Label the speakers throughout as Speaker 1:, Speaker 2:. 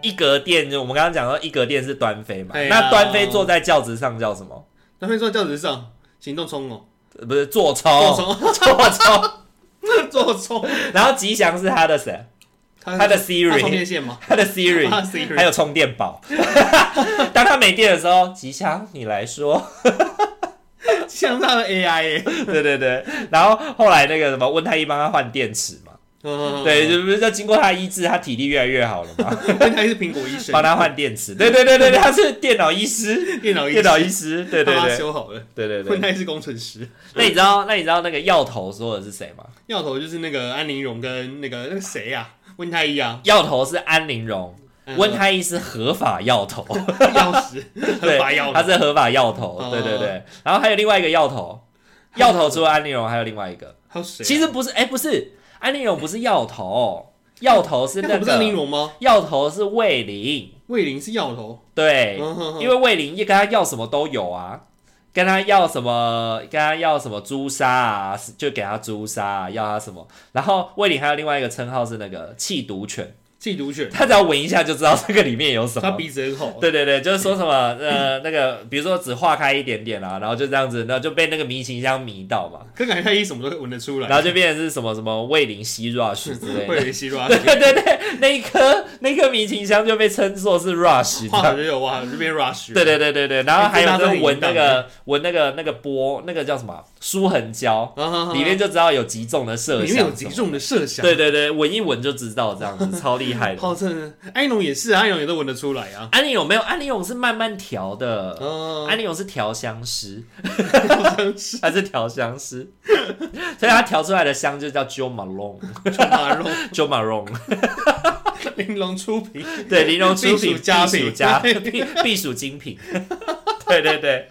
Speaker 1: 一格电，就我们刚刚讲到一格电是端妃嘛，
Speaker 2: 对啊
Speaker 1: 那端妃坐在轿子上叫什么？
Speaker 2: 那边坐轿子上，行动冲哦，
Speaker 1: 呃不是坐
Speaker 2: 坐
Speaker 1: 冲，
Speaker 2: 冲，
Speaker 1: 坐冲。
Speaker 2: 坐冲，
Speaker 1: 然后吉祥是他的谁？
Speaker 2: 他
Speaker 1: 他的
Speaker 2: 他充
Speaker 1: Siri，
Speaker 2: 电线吗？
Speaker 1: 他的 Siri，
Speaker 2: 他的啊 Siri
Speaker 1: 还有充电宝。 当他没电的时候，吉祥你来 说。
Speaker 2: 像他的 AI 耶，
Speaker 1: 对对对。然后后来那个什么温太医帮他换电池嘛，
Speaker 2: 嗯
Speaker 1: 对，，就不是要经过他医治，他体力越来越好了 嘛，
Speaker 2: 但他是苹果医生
Speaker 1: 帮，他换电池。对对对对，对他是电脑医师，
Speaker 2: 电脑医
Speaker 1: 电脑医师。对对
Speaker 2: 他把它
Speaker 1: 对。
Speaker 2: 修好了，
Speaker 1: 对对
Speaker 2: 混
Speaker 1: 对，
Speaker 2: 太是工程师。
Speaker 1: 那你知道那你知道那个药头说的是谁吗？
Speaker 2: 药头就是那个安陵容跟那个那个谁呀，温太医啊，
Speaker 1: 药头是安陵容，
Speaker 2: 嗯
Speaker 1: 温太医是合法药 头，
Speaker 2: 呃药师，合
Speaker 1: 对
Speaker 2: 法药头
Speaker 1: 他是合法药头，
Speaker 2: 哦
Speaker 1: 对对对。然后还有另外一个药头，药头除了安陵容还有另外一个，
Speaker 2: 还有谁啊？
Speaker 1: 其实不是，哎，不是安陵容不是药头，药头是
Speaker 2: 那
Speaker 1: 那
Speaker 2: 个不是安陵
Speaker 1: 个
Speaker 2: 容吗？
Speaker 1: 药头是卫灵，
Speaker 2: 魏玲是药头，嗯
Speaker 1: 对，因
Speaker 2: 因
Speaker 1: 为卫灵一跟他要什么都有啊。跟他要什么？跟他要什么朱砂啊？就给他朱砂、啊，要他什么？然后卫灵还有另外一个称号是那个弃毒犬，
Speaker 2: 寄毒犬，
Speaker 1: 他只要闻一下就知道这个里面有什
Speaker 2: 他
Speaker 1: 么。
Speaker 2: 鼻子很厚，
Speaker 1: 对对对，就是说什么呃那个，比如说只化开一点点啦、然后就这样子，然后就被那个迷情香迷到嘛，
Speaker 2: 可感觉太医什么都闻得出来。
Speaker 1: 然后就变成是什么什么味灵吸 rush 之类
Speaker 2: 会
Speaker 1: 的。
Speaker 2: 有吸 rush，
Speaker 1: 对对对，那一颗那一颗迷情香就被称作是 rush
Speaker 2: 化
Speaker 1: 的。
Speaker 2: 学就有啊哇，这边 rush，
Speaker 1: 对，对对对对，然后还有就是闻那
Speaker 2: 这大家都
Speaker 1: 个闻那个那个波那个叫什么啊舒痕胶，里
Speaker 2: 里
Speaker 1: 面就知道有极重的麝香。
Speaker 2: 嗯里面有极。重的麝香，
Speaker 1: 对，对对，闻一闻就知道，这样 子超厉害的。
Speaker 2: 好真的，安农也是啊，安农也都闻得出来啊，
Speaker 1: 安利勇没有，安利勇是慢慢调的。
Speaker 2: 嗯，
Speaker 1: 安利勇是调香师，
Speaker 2: 好像 是
Speaker 1: 他是调香师，所以他调出来的香就叫 Jo Malone，Jo
Speaker 2: 马蓉
Speaker 1: Malone，
Speaker 2: 玲珑出品，
Speaker 1: 对，玲珑出
Speaker 2: 避
Speaker 1: 品
Speaker 2: 暑佳
Speaker 1: 避暑
Speaker 2: 品
Speaker 1: 佳避避暑精品， 对对对，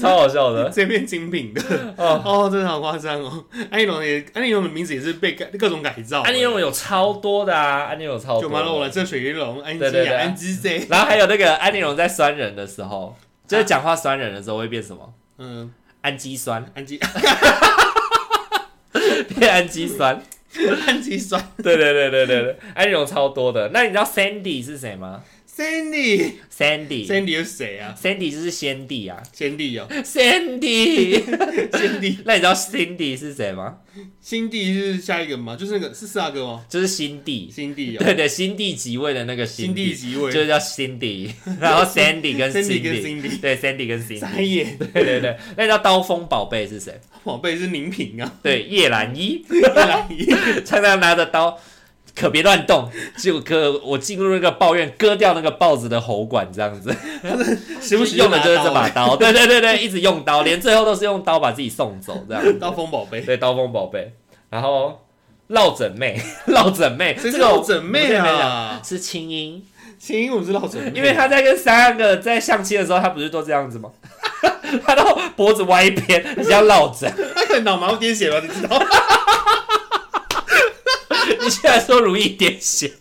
Speaker 1: 超好笑的
Speaker 2: 这边精品的，
Speaker 1: 哦。
Speaker 2: 哦，真的好夸张哦，安农也安农的名字也是被改各种改造，
Speaker 1: 安利勇有超多的啊，安利勇超
Speaker 2: 九
Speaker 1: 多
Speaker 2: 马龙了，
Speaker 1: 的。
Speaker 2: 这水玲珑，安
Speaker 1: 对对
Speaker 2: 吉
Speaker 1: 对
Speaker 2: 啊，安吉 Z，
Speaker 1: 然后还有那个安利勇在酸人的时候，就是讲话酸人的时候会变什么？
Speaker 2: 嗯，
Speaker 1: 氨基 酸，
Speaker 2: 安吉
Speaker 1: 变氨基酸。
Speaker 2: 安吉酸
Speaker 1: 对对对对对对，安利勇超多的。那你知道 Sandy 是谁吗？
Speaker 2: ，Sandy，Sandy
Speaker 1: Sandy，Sandy
Speaker 2: 又是谁啊？
Speaker 1: 就是先帝啊
Speaker 2: 先帝哦，
Speaker 1: ，Sandy。
Speaker 2: 先帝，
Speaker 1: 那你知道 Cindy 是谁吗？
Speaker 2: 新帝是下一个吗？就是那个是四阿哥吗？
Speaker 1: 就是新帝，
Speaker 2: 新帝哦，
Speaker 1: 对对，新帝即位的那个
Speaker 2: 新
Speaker 1: 新
Speaker 2: 帝
Speaker 1: 帝，
Speaker 2: 即
Speaker 1: 就
Speaker 2: 位，
Speaker 1: 是叫 Cindy，然后 Sandy 跟
Speaker 2: Sandy 跟
Speaker 1: Cindy，
Speaker 2: Cindy
Speaker 1: 对，Sandy 跟 Cindy，
Speaker 2: 眼
Speaker 1: 对对对。那你知道刀锋宝贝是谁？
Speaker 2: 宝贝是宁平啊，
Speaker 1: 对，叶澜依，
Speaker 2: 叶兰依
Speaker 1: 常常拿着刀。可别乱动！就可我进入那个抱怨，割掉那个豹子的喉管，这样子，
Speaker 2: 时不时
Speaker 1: 用的 就是
Speaker 2: 拿
Speaker 1: 这把
Speaker 2: 刀
Speaker 1: 刀。啊对对对对，一直用刀，连最后都是用刀把自己送走，这样子。
Speaker 2: 刀锋宝贝，
Speaker 1: 对，刀锋宝贝，然后落枕妹， 落枕妹，这
Speaker 2: 谁是
Speaker 1: 个
Speaker 2: 老
Speaker 1: 我
Speaker 2: 整妹
Speaker 1: 我之前没讲
Speaker 2: 啊？
Speaker 1: 是清音，
Speaker 2: 秦英我是老整妹，
Speaker 1: 因为他在跟三个在相亲的时候，他不是都这样子吗？ 他都脖子歪一边，你像落枕。
Speaker 2: 他可能脑毛癫痫吧，你知道？
Speaker 1: 你现在说如意点血，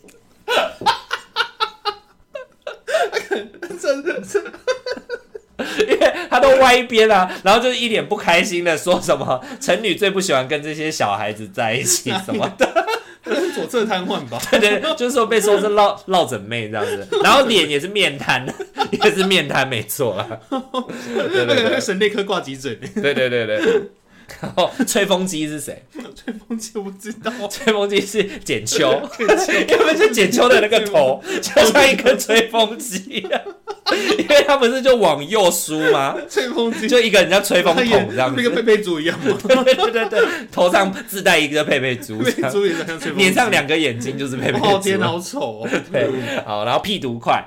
Speaker 2: 真的是
Speaker 1: 因为他都歪一边啊，然后就是一脸不开心的说什么成女最不喜欢跟这些小孩子在一起什么的，
Speaker 2: 左侧瘫痪吧？
Speaker 1: 对对，对就是说被说是落落枕妹这样子，然后脸也是面瘫， 也是面瘫，没错啦。对对
Speaker 2: 那 个那
Speaker 1: 对
Speaker 2: 个神内科挂急诊，
Speaker 1: 对对对对。然后吹风机是谁？
Speaker 2: 吹风机我不知道，
Speaker 1: 吹风机是简秋， 因为是简秋的那个头就像一个吹风机、因为他不是就往右梳吗？
Speaker 2: 吹风机
Speaker 1: 就一个人像吹风
Speaker 2: 他也
Speaker 1: 筒这样
Speaker 2: 那
Speaker 1: 子。
Speaker 2: 个贝贝猪一 样 吗？
Speaker 1: 对对对对，头上自带一个佩佩猪
Speaker 2: 贝
Speaker 1: 这
Speaker 2: 贝
Speaker 1: 样，
Speaker 2: 猪也像吹风机，
Speaker 1: 脸上两个眼睛就是佩佩啊
Speaker 2: 哦天哪，
Speaker 1: 猪。
Speaker 2: 好丑哦！
Speaker 1: 对，好，然后屁毒快，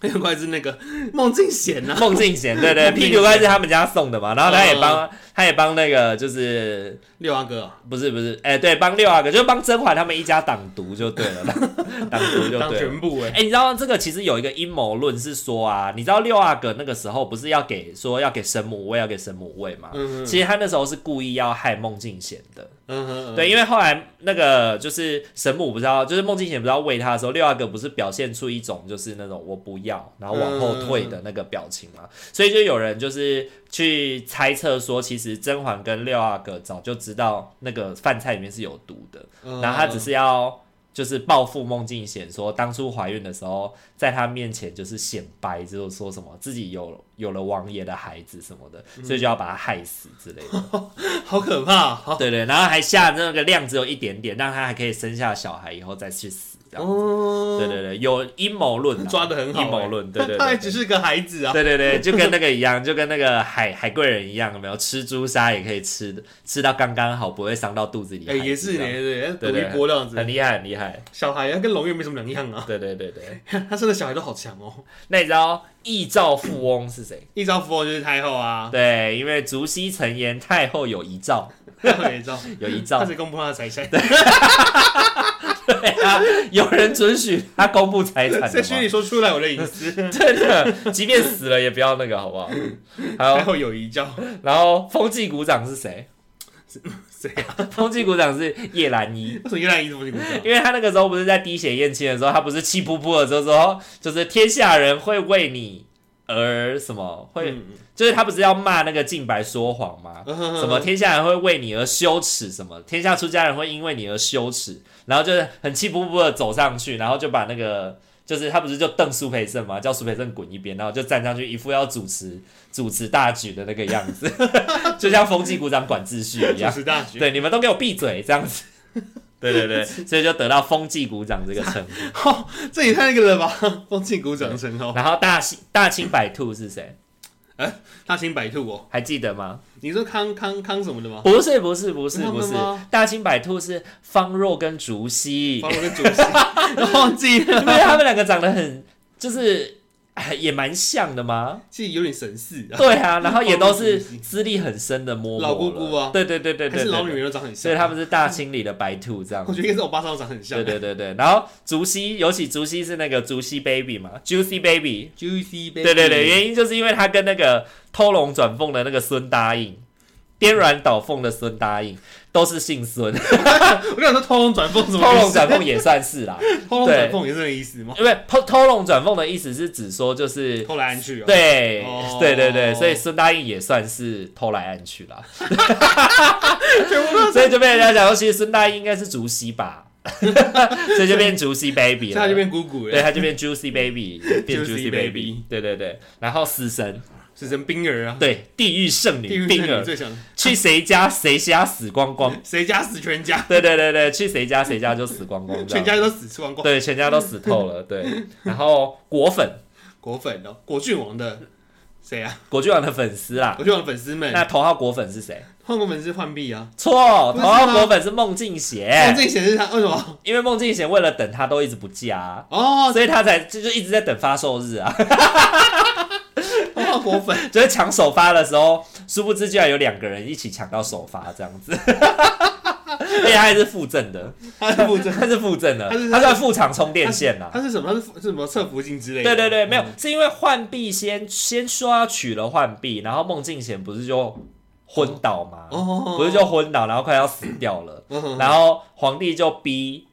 Speaker 2: 黑熊怪是那个孟敬贤啊，
Speaker 1: 孟敬贤，对 对，
Speaker 2: 孟敬
Speaker 1: 啤
Speaker 2: 贤
Speaker 1: 酒怪是他们家送的嘛，然后他也
Speaker 2: 嗯
Speaker 1: 帮，他也帮那个就是
Speaker 2: 六阿哥啊，
Speaker 1: 不是不是，哎、对，帮六阿哥，就是帮甄嬛他们一家挡毒就对了， 挡毒就
Speaker 2: 当
Speaker 1: 对了。
Speaker 2: 全部哎、
Speaker 1: 哎、你知道这个其实有一个阴谋论是说啊，你知道六阿哥那个时候不是要给说要给神母位要给神母位吗？
Speaker 2: 嗯哼
Speaker 1: 其实他那时候是故意要害孟敬贤的，
Speaker 2: 嗯哼，嗯，
Speaker 1: 对，因为后来那个就是神母不知道，就是孟敬贤不知道喂他的时候，六阿哥不是表现出一种就是那种我不要，然后往后退的那个表情嘛，所以就有人就是去猜测说，其实甄嬛跟六阿哥早就知道那个饭菜里面是有毒的，
Speaker 2: 嗯
Speaker 1: 然后他只是要。就是报复孟敬贤，说当初怀孕的时候，在他面前就是显摆，就是说什么自己有有了王爷的孩子什么的，所以就要把他害死之类的。
Speaker 2: 好可怕、啊，好
Speaker 1: 对对，然后还下那个量只有一点点，让他还可以生下小孩以后再去死，这样。
Speaker 2: 哦，
Speaker 1: 对对对，有阴谋论啊，
Speaker 2: 抓得很好欸
Speaker 1: 阴谋论，对对
Speaker 2: 他还
Speaker 1: 对
Speaker 2: 只
Speaker 1: 对。
Speaker 2: 是个孩子啊，
Speaker 1: 对对对，就跟那个一样，就跟那个海海贵人一样，有没有吃朱砂也可以吃的，吃到刚刚好，不会伤到肚子里。
Speaker 2: 哎、也是呢，
Speaker 1: 呢，
Speaker 2: 对，
Speaker 1: 对
Speaker 2: 赌
Speaker 1: 对
Speaker 2: 一波这样子
Speaker 1: 很，厉害很厉害。
Speaker 2: 小孩啊跟龙月没什么两样 啊，
Speaker 1: 对对对对，
Speaker 2: 他生的小孩都好强哦，
Speaker 1: 那你知道异兆富翁是谁？
Speaker 2: 一招佛就是太后啊，
Speaker 1: 对，因为竹溪陈言太后有遗诏，
Speaker 2: 对，一招，
Speaker 1: 有遗
Speaker 2: 他
Speaker 1: 诏，
Speaker 2: 是公布他的财产，
Speaker 1: 对啊，有人准许他公布财产的吗
Speaker 2: 在虚拟说出来我的隐私，
Speaker 1: 真的，即便死了也不要那个，好不好？
Speaker 2: 太
Speaker 1: 好，
Speaker 2: 后有遗诏，
Speaker 1: 然后风纪股长是谁？
Speaker 2: 谁啊？
Speaker 1: 风纪股长是叶澜依。
Speaker 2: 为什么又来一直不是古装？
Speaker 1: 因为他那个时候不是在滴血验亲的时候，他不是气噗噗的时候说，就是天下人会为你而什么会，
Speaker 2: 嗯
Speaker 1: 就是他不是要骂那个静白说谎吗？
Speaker 2: 嗯
Speaker 1: 什么天下人会为你而羞耻，什么天下出家人会因为你而羞耻，然后就是很气噗噗的走上去，然后就把那个就是他不是就瞪苏培盛嘛，叫苏培盛滚一边，然后就站上去一副要主持主持大局的那个样子， 就像风纪股长管秩序一
Speaker 2: 主
Speaker 1: 样。
Speaker 2: 持大局，
Speaker 1: 啊对，你们都给我闭嘴这样子。对对对， 所以就得到风纪股长这个称呼。
Speaker 2: 哦，这也太那个了吧！风庆鼓掌声哦，
Speaker 1: 然后大清大清百兔是谁？
Speaker 2: 大清白兔哦，
Speaker 1: 还记得吗？
Speaker 2: 你说康康康什么的吗？
Speaker 1: 不是不是不是
Speaker 2: 是他
Speaker 1: 不
Speaker 2: 们
Speaker 1: 是
Speaker 2: 哦吗，
Speaker 1: 大清百兔是方若跟竹溪。
Speaker 2: 帮我跟主席， 忘记了，
Speaker 1: 因为他们两个长得很，就是哎也蛮像的 嘛。
Speaker 2: 其实有点神似啊，
Speaker 1: 对啊，然后也都是资历很深的嬷嬷了
Speaker 2: 老姑姑啊
Speaker 1: 对对对对
Speaker 2: 还
Speaker 1: 对
Speaker 2: 是老女
Speaker 1: 对，
Speaker 2: 人都长很像，
Speaker 1: 所以他们是大清里的白兔这样
Speaker 2: 啊我。觉得跟我巴上长很像
Speaker 1: 对。对对对，然后竹溪，尤其竹溪是那个竹溪 baby 嘛，Juicy baby。
Speaker 2: Juicy baby，
Speaker 1: 对对对，，原因就是因为他跟那个偷龙转凤的那个孙答应，颠鸾倒凤的孙答应都是姓孙，
Speaker 2: 我跟你说偷龙转凤什么
Speaker 1: 偷龙
Speaker 2: 意思？
Speaker 1: 转凤也算是啦，
Speaker 2: 偷龙转凤也是这个意思吗？
Speaker 1: 因为偷偷龙转凤的意思是指说就是
Speaker 2: 偷来暗去啊，，
Speaker 1: 对、
Speaker 2: 哦
Speaker 1: 对对对，所以孙答应也算是偷来暗去啦，
Speaker 2: 全部都是，
Speaker 1: 所以就被人家讲说，其实孙答应应该是竹溪吧， 所以就变竹溪 baby
Speaker 2: 现
Speaker 1: 了
Speaker 2: 在就。变姑姑
Speaker 1: 对，
Speaker 2: 了，
Speaker 1: 他就变 Juicy Baby，变
Speaker 2: Juicy
Speaker 1: Juicy Baby，
Speaker 2: Baby
Speaker 1: 对对对，然后死神，
Speaker 2: 死神冰儿啊，
Speaker 1: 对，地狱圣
Speaker 2: 地
Speaker 1: 女
Speaker 2: 狱
Speaker 1: 冰
Speaker 2: 圣女
Speaker 1: 儿，
Speaker 2: 最强，
Speaker 1: 去谁家谁家死光光，
Speaker 2: 谁家死全家，
Speaker 1: 对对对对，去谁家谁家就死光光，
Speaker 2: 全
Speaker 1: 这样
Speaker 2: 家都死吃光光。
Speaker 1: 对全家都死透了，对，然后果粉，
Speaker 2: 果粉哦，果郡王的谁啊？
Speaker 1: 果郡王的粉丝啦，
Speaker 2: 果郡王粉丝们，
Speaker 1: 那头号果粉是谁？
Speaker 2: 换过粉丝浣碧啊，
Speaker 1: 错，
Speaker 2: 不
Speaker 1: 头
Speaker 2: 是吗
Speaker 1: 号果粉是孟敬贤，
Speaker 2: 我自己显示他为什么？
Speaker 1: 因为孟敬贤为了等他都一直不嫁、啊，
Speaker 2: 哦，
Speaker 1: 所以他才就就一直在等发售日啊，
Speaker 2: 哦，果粉，
Speaker 1: 就是抢首发的时候，殊不知居然有两个人一起抢到首发这样子， 而且他还是附赠的，
Speaker 2: 他是负责，
Speaker 1: 他是附赠的，
Speaker 2: 他是
Speaker 1: 他算副厂充电线啦、
Speaker 2: 他是什么？他是是什么侧福晋之类的？
Speaker 1: 对对对，没有
Speaker 2: 嗯，
Speaker 1: 是因为浣碧先先说要娶了浣碧，然后孟敬贤不是就昏倒吗？
Speaker 2: 哦，
Speaker 1: 不是就昏倒，然后快要死掉了，
Speaker 2: 嗯
Speaker 1: 然后皇帝就逼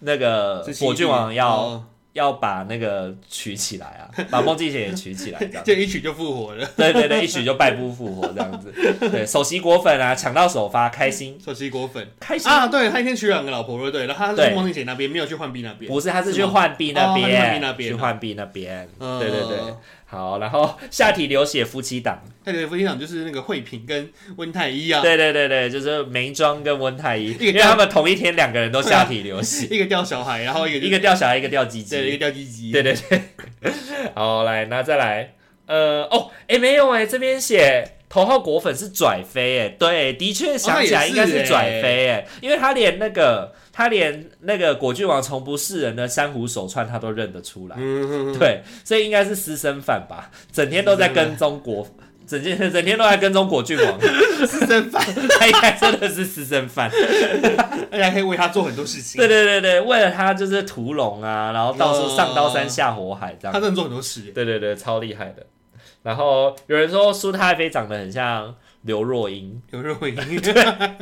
Speaker 1: 那个
Speaker 2: 是七弟
Speaker 1: 果郡王要。
Speaker 2: 哦
Speaker 1: 要把那个取起来啊， 把孟敬贤也取
Speaker 2: 。
Speaker 1: 起来，这样
Speaker 2: 就一曲就复活了，
Speaker 1: 对对对，一曲就败不复活这样 子。对，首席果粉啊，抢到首发，开心
Speaker 2: 首席果粉
Speaker 1: 开心。
Speaker 2: 啊，对他一天娶两个老婆了，对，然后他
Speaker 1: 对
Speaker 2: 是孟庆贤那边，没有去浣碧那边，
Speaker 1: 不是，他是去浣碧那
Speaker 2: 哦他去浣
Speaker 1: 边，
Speaker 2: 碧那边
Speaker 1: 去浣碧那边。
Speaker 2: 嗯
Speaker 1: 对对对，好，然后下体流血夫妻档，
Speaker 2: 他的副厅长就是那个惠平跟温太医啊，
Speaker 1: 对对对对，就是梅庄跟温太医，
Speaker 2: 个
Speaker 1: 因为他们同一天两个人都下体流血，
Speaker 2: 一个掉小孩，然后 一个就
Speaker 1: 一个掉小孩，一个掉鸡
Speaker 2: 对，
Speaker 1: 鸡。
Speaker 2: 一个掉鸡鸡，
Speaker 1: 对对 对，好，来，那再来，呃，哦，哎，没有哎，这边写头号果粉是拽飞哎、对，的确想起
Speaker 2: 那
Speaker 1: 来
Speaker 2: 哦也
Speaker 1: 应该
Speaker 2: 是
Speaker 1: 是拽
Speaker 2: 欸
Speaker 1: 飞哎、因为他连那个他连那个果郡王从不是人的珊瑚手串他都认得出来，
Speaker 2: 嗯，
Speaker 1: 对，所以应该是私生饭吧，整天都在跟踪果，整天整天都在跟踪果郡王，
Speaker 2: 私生饭，
Speaker 1: 他应该真的是私生 饭。
Speaker 2: 而哎且还可以为他做很多事情。
Speaker 1: 对对对对，为了他就是屠龙啊，然后到处上刀山下火海这
Speaker 2: 他
Speaker 1: 样。
Speaker 2: 真的做很多事耶。
Speaker 1: 对对对，超厉害的。然后有人说苏太妃长得很像刘若英，
Speaker 2: 有人会赢，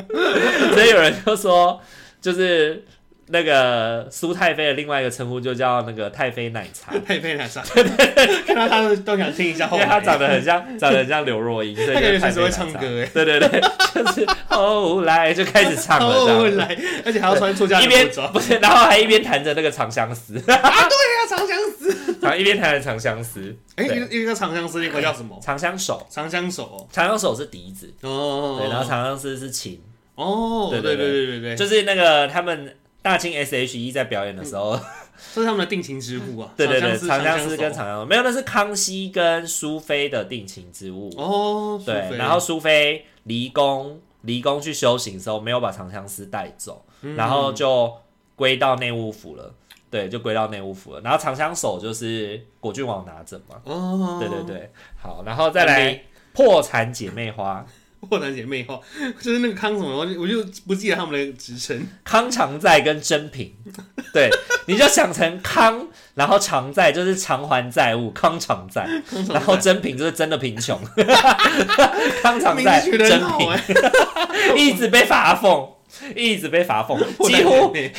Speaker 1: 所以有人就说，就是那个苏太妃的另外一个称呼就叫那个太妃奶茶，
Speaker 2: 太配奶茶，看到他都想听一下后
Speaker 1: 因为
Speaker 2: 来。
Speaker 1: 她长得很像，长得很像刘 若英，所以
Speaker 2: 他
Speaker 1: 就
Speaker 2: 感觉随
Speaker 1: 是
Speaker 2: 时会唱歌哎，
Speaker 1: 对对对，就是后来就开始唱了这
Speaker 2: 后
Speaker 1: 样。
Speaker 2: 来，而且还要穿错家
Speaker 1: 一
Speaker 2: 的
Speaker 1: 边
Speaker 2: 服装。
Speaker 1: 不是，然后还一边弹着那个《长相 思》，
Speaker 2: 对呀，长相思。
Speaker 1: 然后一边弹着《长相思》
Speaker 2: 哎，
Speaker 1: 对
Speaker 2: 一个一个叫长相思，另一个叫什么？
Speaker 1: 长相手，
Speaker 2: 长相守。
Speaker 1: 长相手是笛子，
Speaker 2: 哦，
Speaker 1: 对，然后长相思是琴，
Speaker 2: 哦，
Speaker 1: 对
Speaker 2: 对
Speaker 1: 对
Speaker 2: 对
Speaker 1: 对
Speaker 2: 对对对，
Speaker 1: 就是那个他们大清 S H E 在表演的时候，
Speaker 2: 这是他们的定情之物啊。
Speaker 1: 对对对，
Speaker 2: 长
Speaker 1: 长
Speaker 2: 相哦
Speaker 1: 相思跟长相没有，那是康熙跟淑妃的定情之物。
Speaker 2: 哦，
Speaker 1: 对，然后淑妃离宫离宫去修行的时候，没有把长相思带走，
Speaker 2: 嗯
Speaker 1: 然后就归到内务府了。对，就归到内务府了。然后长相守就是果郡王拿着嘛。
Speaker 2: 哦，
Speaker 1: 对对， 对，好，然后再来破产姐妹花，
Speaker 2: 破产姐妹花就是那个康什么，我就我就不记得他们的职称。
Speaker 1: 康常在跟珍嫔， 对，你就想成康，然后常在就是偿还债务，康常在，然后珍嫔就是真的贫穷， 康常
Speaker 2: 名
Speaker 1: 在
Speaker 2: 字取得
Speaker 1: 珍
Speaker 2: 很好
Speaker 1: 嫔
Speaker 2: 哎，
Speaker 1: 一直被罚俸，一直被 罚俸，
Speaker 2: 破
Speaker 1: 几
Speaker 2: 产
Speaker 1: 乎
Speaker 2: 姐妹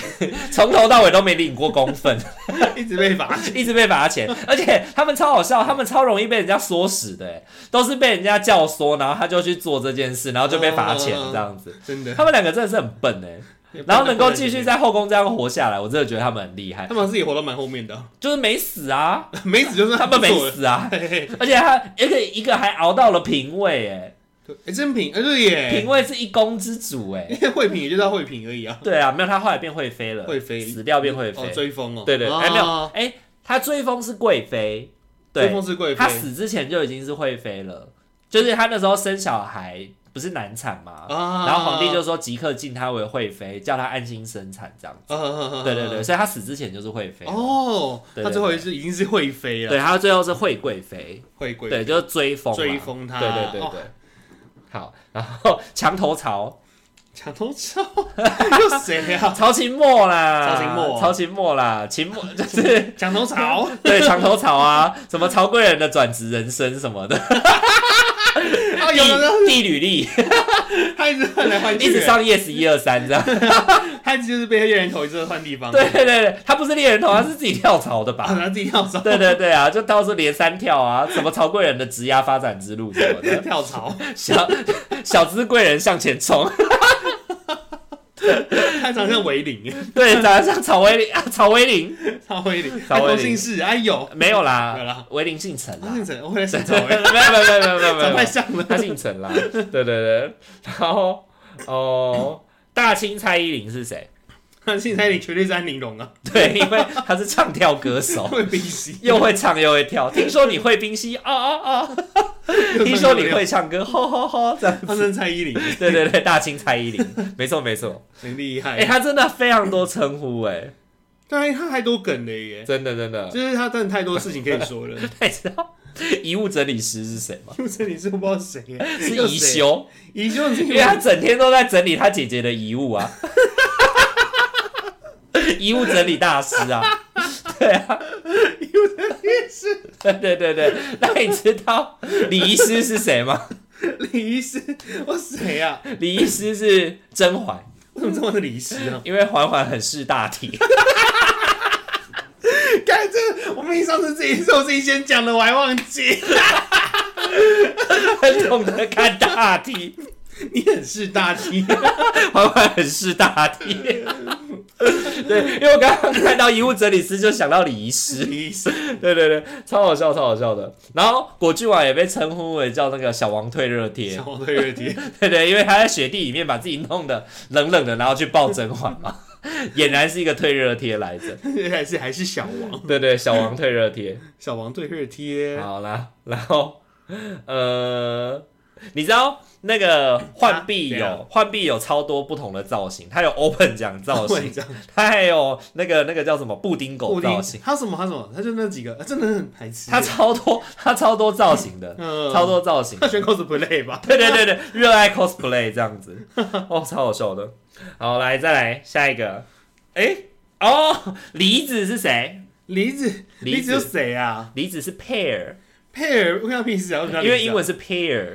Speaker 1: 从头到尾都没领过公分，
Speaker 2: 一直被罚。
Speaker 1: 一直被罚钱，而且他们超好笑，他们超容易被人家唆使的，欸都是被人家教唆，然后他就去做这件事，然后就被罚钱
Speaker 2: 嗯嗯嗯
Speaker 1: 这样子。
Speaker 2: 真的。
Speaker 1: 他们两个真的是很笨哎，然后能够继续，在后宫这样活下来，我真的觉得他们很厉害
Speaker 2: 他，们自己活到蛮后面的哦，
Speaker 1: 就是没死啊，
Speaker 2: 没死就是
Speaker 1: 他们
Speaker 2: 不
Speaker 1: 没
Speaker 2: 错了。
Speaker 1: 死啊，
Speaker 2: 嘿嘿
Speaker 1: 而且他而且一个还熬到了嫔位哎，
Speaker 2: 对哎，真品，哎对
Speaker 1: 嫔
Speaker 2: 耶，
Speaker 1: 位是一宫之主哎，
Speaker 2: 因为惠品也就叫惠品而已 啊。
Speaker 1: 对啊，没有他后来变惠妃了，
Speaker 2: 惠妃
Speaker 1: 死掉变惠妃
Speaker 2: 哦，，追风哦，
Speaker 1: 对对，哎没有
Speaker 2: 哦，
Speaker 1: 哎他追封是贵妃，
Speaker 2: 追
Speaker 1: 对
Speaker 2: 风，是贵
Speaker 1: 他
Speaker 2: 妃
Speaker 1: 死之前就已经是惠妃了，就是他那时候生小孩不是难产吗？
Speaker 2: 啊
Speaker 1: 然后皇帝就说即刻晋她为惠妃，叫她安心生产这样子。
Speaker 2: 啊
Speaker 1: 对对对，，所以她死之前就是惠妃了。
Speaker 2: 哦，
Speaker 1: 对对对
Speaker 2: 他最后一次已经是惠妃了，
Speaker 1: 对，她最后是惠贵妃，
Speaker 2: 惠贵
Speaker 1: 对，就是追封嘛，
Speaker 2: 追封他，
Speaker 1: 对对对
Speaker 2: 哦，
Speaker 1: 对。好，然后 墙头草，
Speaker 2: 墙头草 又谁啊？
Speaker 1: 曹琴墨啦，
Speaker 2: 曹琴墨啊
Speaker 1: 曹琴墨啦，秦墨就是
Speaker 2: 墙头草，
Speaker 1: 对墙头草啊，什么曹贵人的转职人生什么的，
Speaker 2: 啊，
Speaker 1: 地
Speaker 2: 有人
Speaker 1: 地履历，
Speaker 2: 他一直换来换
Speaker 1: 一
Speaker 2: 去
Speaker 1: 直，上 yes 一二三这样。
Speaker 2: 他一直就是被猎人头一直换地方，
Speaker 1: 对对对，他不是猎人头，他是自己跳槽的
Speaker 2: 啊，
Speaker 1: 吧？
Speaker 2: 然后自己跳槽，
Speaker 1: 对对对啊，就到时候连三跳啊，什么曹贵人的职涯发展之路什么的，
Speaker 2: 跳槽，
Speaker 1: 小 小资贵人向前冲，
Speaker 2: 他长相维林，
Speaker 1: 对，长得像曹威林啊，曹威林
Speaker 2: 超维林，
Speaker 1: 超
Speaker 2: 他
Speaker 1: 威
Speaker 2: 同
Speaker 1: 林
Speaker 2: 姓氏，哎呦，
Speaker 1: 没有
Speaker 2: 没有
Speaker 1: 啦
Speaker 2: 啦，
Speaker 1: 威林姓陈啦
Speaker 2: 姓，陈，我会来姓曹
Speaker 1: 对，没
Speaker 2: 哎，
Speaker 1: 有没有没有没有没有没有
Speaker 2: 长
Speaker 1: 没有，他
Speaker 2: 太像了，
Speaker 1: 姓陈啦，对对对，然后哦，大清蔡依林是谁？
Speaker 2: 他姓蔡，你绝对是安陵容啊，
Speaker 1: 对，因为他是唱跳歌手。
Speaker 2: 会鼻息，
Speaker 1: 又会唱又会跳，听说你会冰溪啊啊啊！听说你会唱歌，吼吼吼！这样
Speaker 2: 他是 蔡依林，
Speaker 1: 对对对，大清蔡依林，没错没错。
Speaker 2: 很厉
Speaker 1: 哎、
Speaker 2: 害，
Speaker 1: 他真的非常多称呼、
Speaker 2: 对，他还多梗了耶
Speaker 1: 哎，。真的真的。
Speaker 2: 就是他真的太多事情可以说了，
Speaker 1: 那你知道遗物整理师是谁吗？
Speaker 2: 因为这里是 不知道谁耶，
Speaker 1: 是
Speaker 2: 又
Speaker 1: 宜
Speaker 2: 谁，
Speaker 1: 修，
Speaker 2: 宜修你是
Speaker 1: 因为他整天都在整理他姐姐的遗物啊， 遗物整理大师啊， 对啊，遗物整理师，对对对对。那你知道李医师是谁吗？
Speaker 2: 李医师，我谁啊？
Speaker 1: 李医师是甄嬛，
Speaker 2: 为什么这么是李医师 啊？
Speaker 1: 因为嬛嬛很识大体。
Speaker 2: 看这，我们上次自己是我自己先讲的，我还忘记。
Speaker 1: 很懂得看大题，
Speaker 2: 你很是大题，
Speaker 1: 缓缓很是大题。 对，因为我刚刚看到遗物整理师，就想到礼仪师。
Speaker 2: 李医师，
Speaker 1: 对对对，超好笑，超好笑的。然后果郡王也被称呼为叫那个小王退热贴
Speaker 2: 小，黄退热贴，
Speaker 1: 对对，因为他在雪地里面把自己弄得冷冷的，然后去抱甄嬛嘛， 俨然是一个退热贴来着。
Speaker 2: 还是还是小王，
Speaker 1: 对对，小王退热贴。
Speaker 2: 小王退热贴，
Speaker 1: 好啦，然后呃，你知道那个浣碧
Speaker 2: 啊怎
Speaker 1: 有
Speaker 2: 样
Speaker 1: 浣碧有超多不同的造型，它有 open 奖造
Speaker 2: 我 也
Speaker 1: 型，
Speaker 2: 这样，
Speaker 1: 它还有那个那个叫什么布丁狗
Speaker 2: 布
Speaker 1: 造
Speaker 2: 丁
Speaker 1: 型，
Speaker 2: 他什么他什么，他就那几个，啊真的很排斥。
Speaker 1: 它超多它超多造型的，
Speaker 2: 嗯
Speaker 1: 超，多造型的
Speaker 2: 他。选 cosplay 吧？
Speaker 1: 对对对对，热爱 cosplay 这样子，哦，超好笑的。好，来再来下一个，哎、哦，梨子是谁？
Speaker 2: 梨子，
Speaker 1: 梨子
Speaker 2: 梨子有谁啊？
Speaker 1: 梨子是 pear，
Speaker 2: 佩尔，我跟他屁事啊！我喜欢梨
Speaker 1: 因
Speaker 2: 子啊
Speaker 1: 为英文是 pear，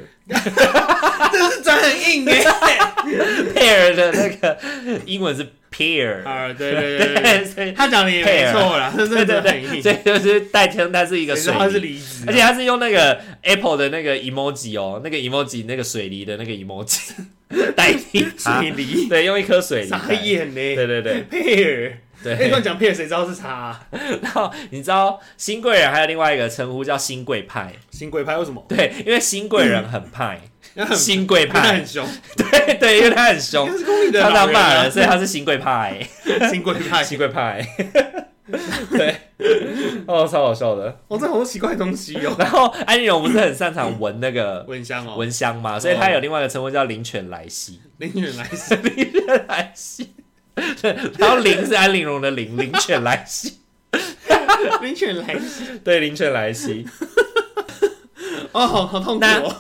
Speaker 2: 这是真的很硬欸 耶。
Speaker 1: pear 的那个英文是 pear，
Speaker 2: 啊，对对对对对，
Speaker 1: 对，所以
Speaker 2: 他讲的也没错啦，这
Speaker 1: 对对
Speaker 2: 真的很
Speaker 1: 对，
Speaker 2: 硬。
Speaker 1: 所以就是代称它是一个
Speaker 2: 谁知
Speaker 1: 水
Speaker 2: 道他是
Speaker 1: 梨，
Speaker 2: 梨子啊，
Speaker 1: 而且它是用那个 Apple 的那个 emoji 哦，那个 emoji 那个水梨的那个 emoji 代替它，
Speaker 2: 水梨，
Speaker 1: 对，用一颗水梨代
Speaker 2: 傻
Speaker 1: 替，
Speaker 2: 眼呢。
Speaker 1: 对对对
Speaker 2: 佩尔，哎，
Speaker 1: 对
Speaker 2: 你。乱讲佩尔，谁知道是他啊？
Speaker 1: 然后 你知道新贵人还有另外一个称呼叫新贵派，
Speaker 2: 新贵派为什么？
Speaker 1: 对，因为新贵人很 派，新贵
Speaker 2: 他
Speaker 1: 派
Speaker 2: 很，凶，
Speaker 1: 对对，因为他很凶
Speaker 2: 他，是公立的
Speaker 1: 他
Speaker 2: 老
Speaker 1: 常骂
Speaker 2: 啊
Speaker 1: 人，所以他是新贵派，
Speaker 2: 新贵派。
Speaker 1: 新贵 派， 对，哦，超好笑的。
Speaker 2: 哦，这好多奇怪的东西哦。
Speaker 1: 然后安妮荣不是很擅长闻那个
Speaker 2: 蚊香哦，
Speaker 1: 蚊香嘛，所以他有另外一个称呼叫灵犬莱 西，
Speaker 2: 林俊来是
Speaker 1: 灵犬莱西，对， 然后灵是安陵容的 灵，灵犬莱西，
Speaker 2: 林俊来是
Speaker 1: 对，灵犬莱西。
Speaker 2: 哦，好好痛苦
Speaker 1: 那
Speaker 2: 哦。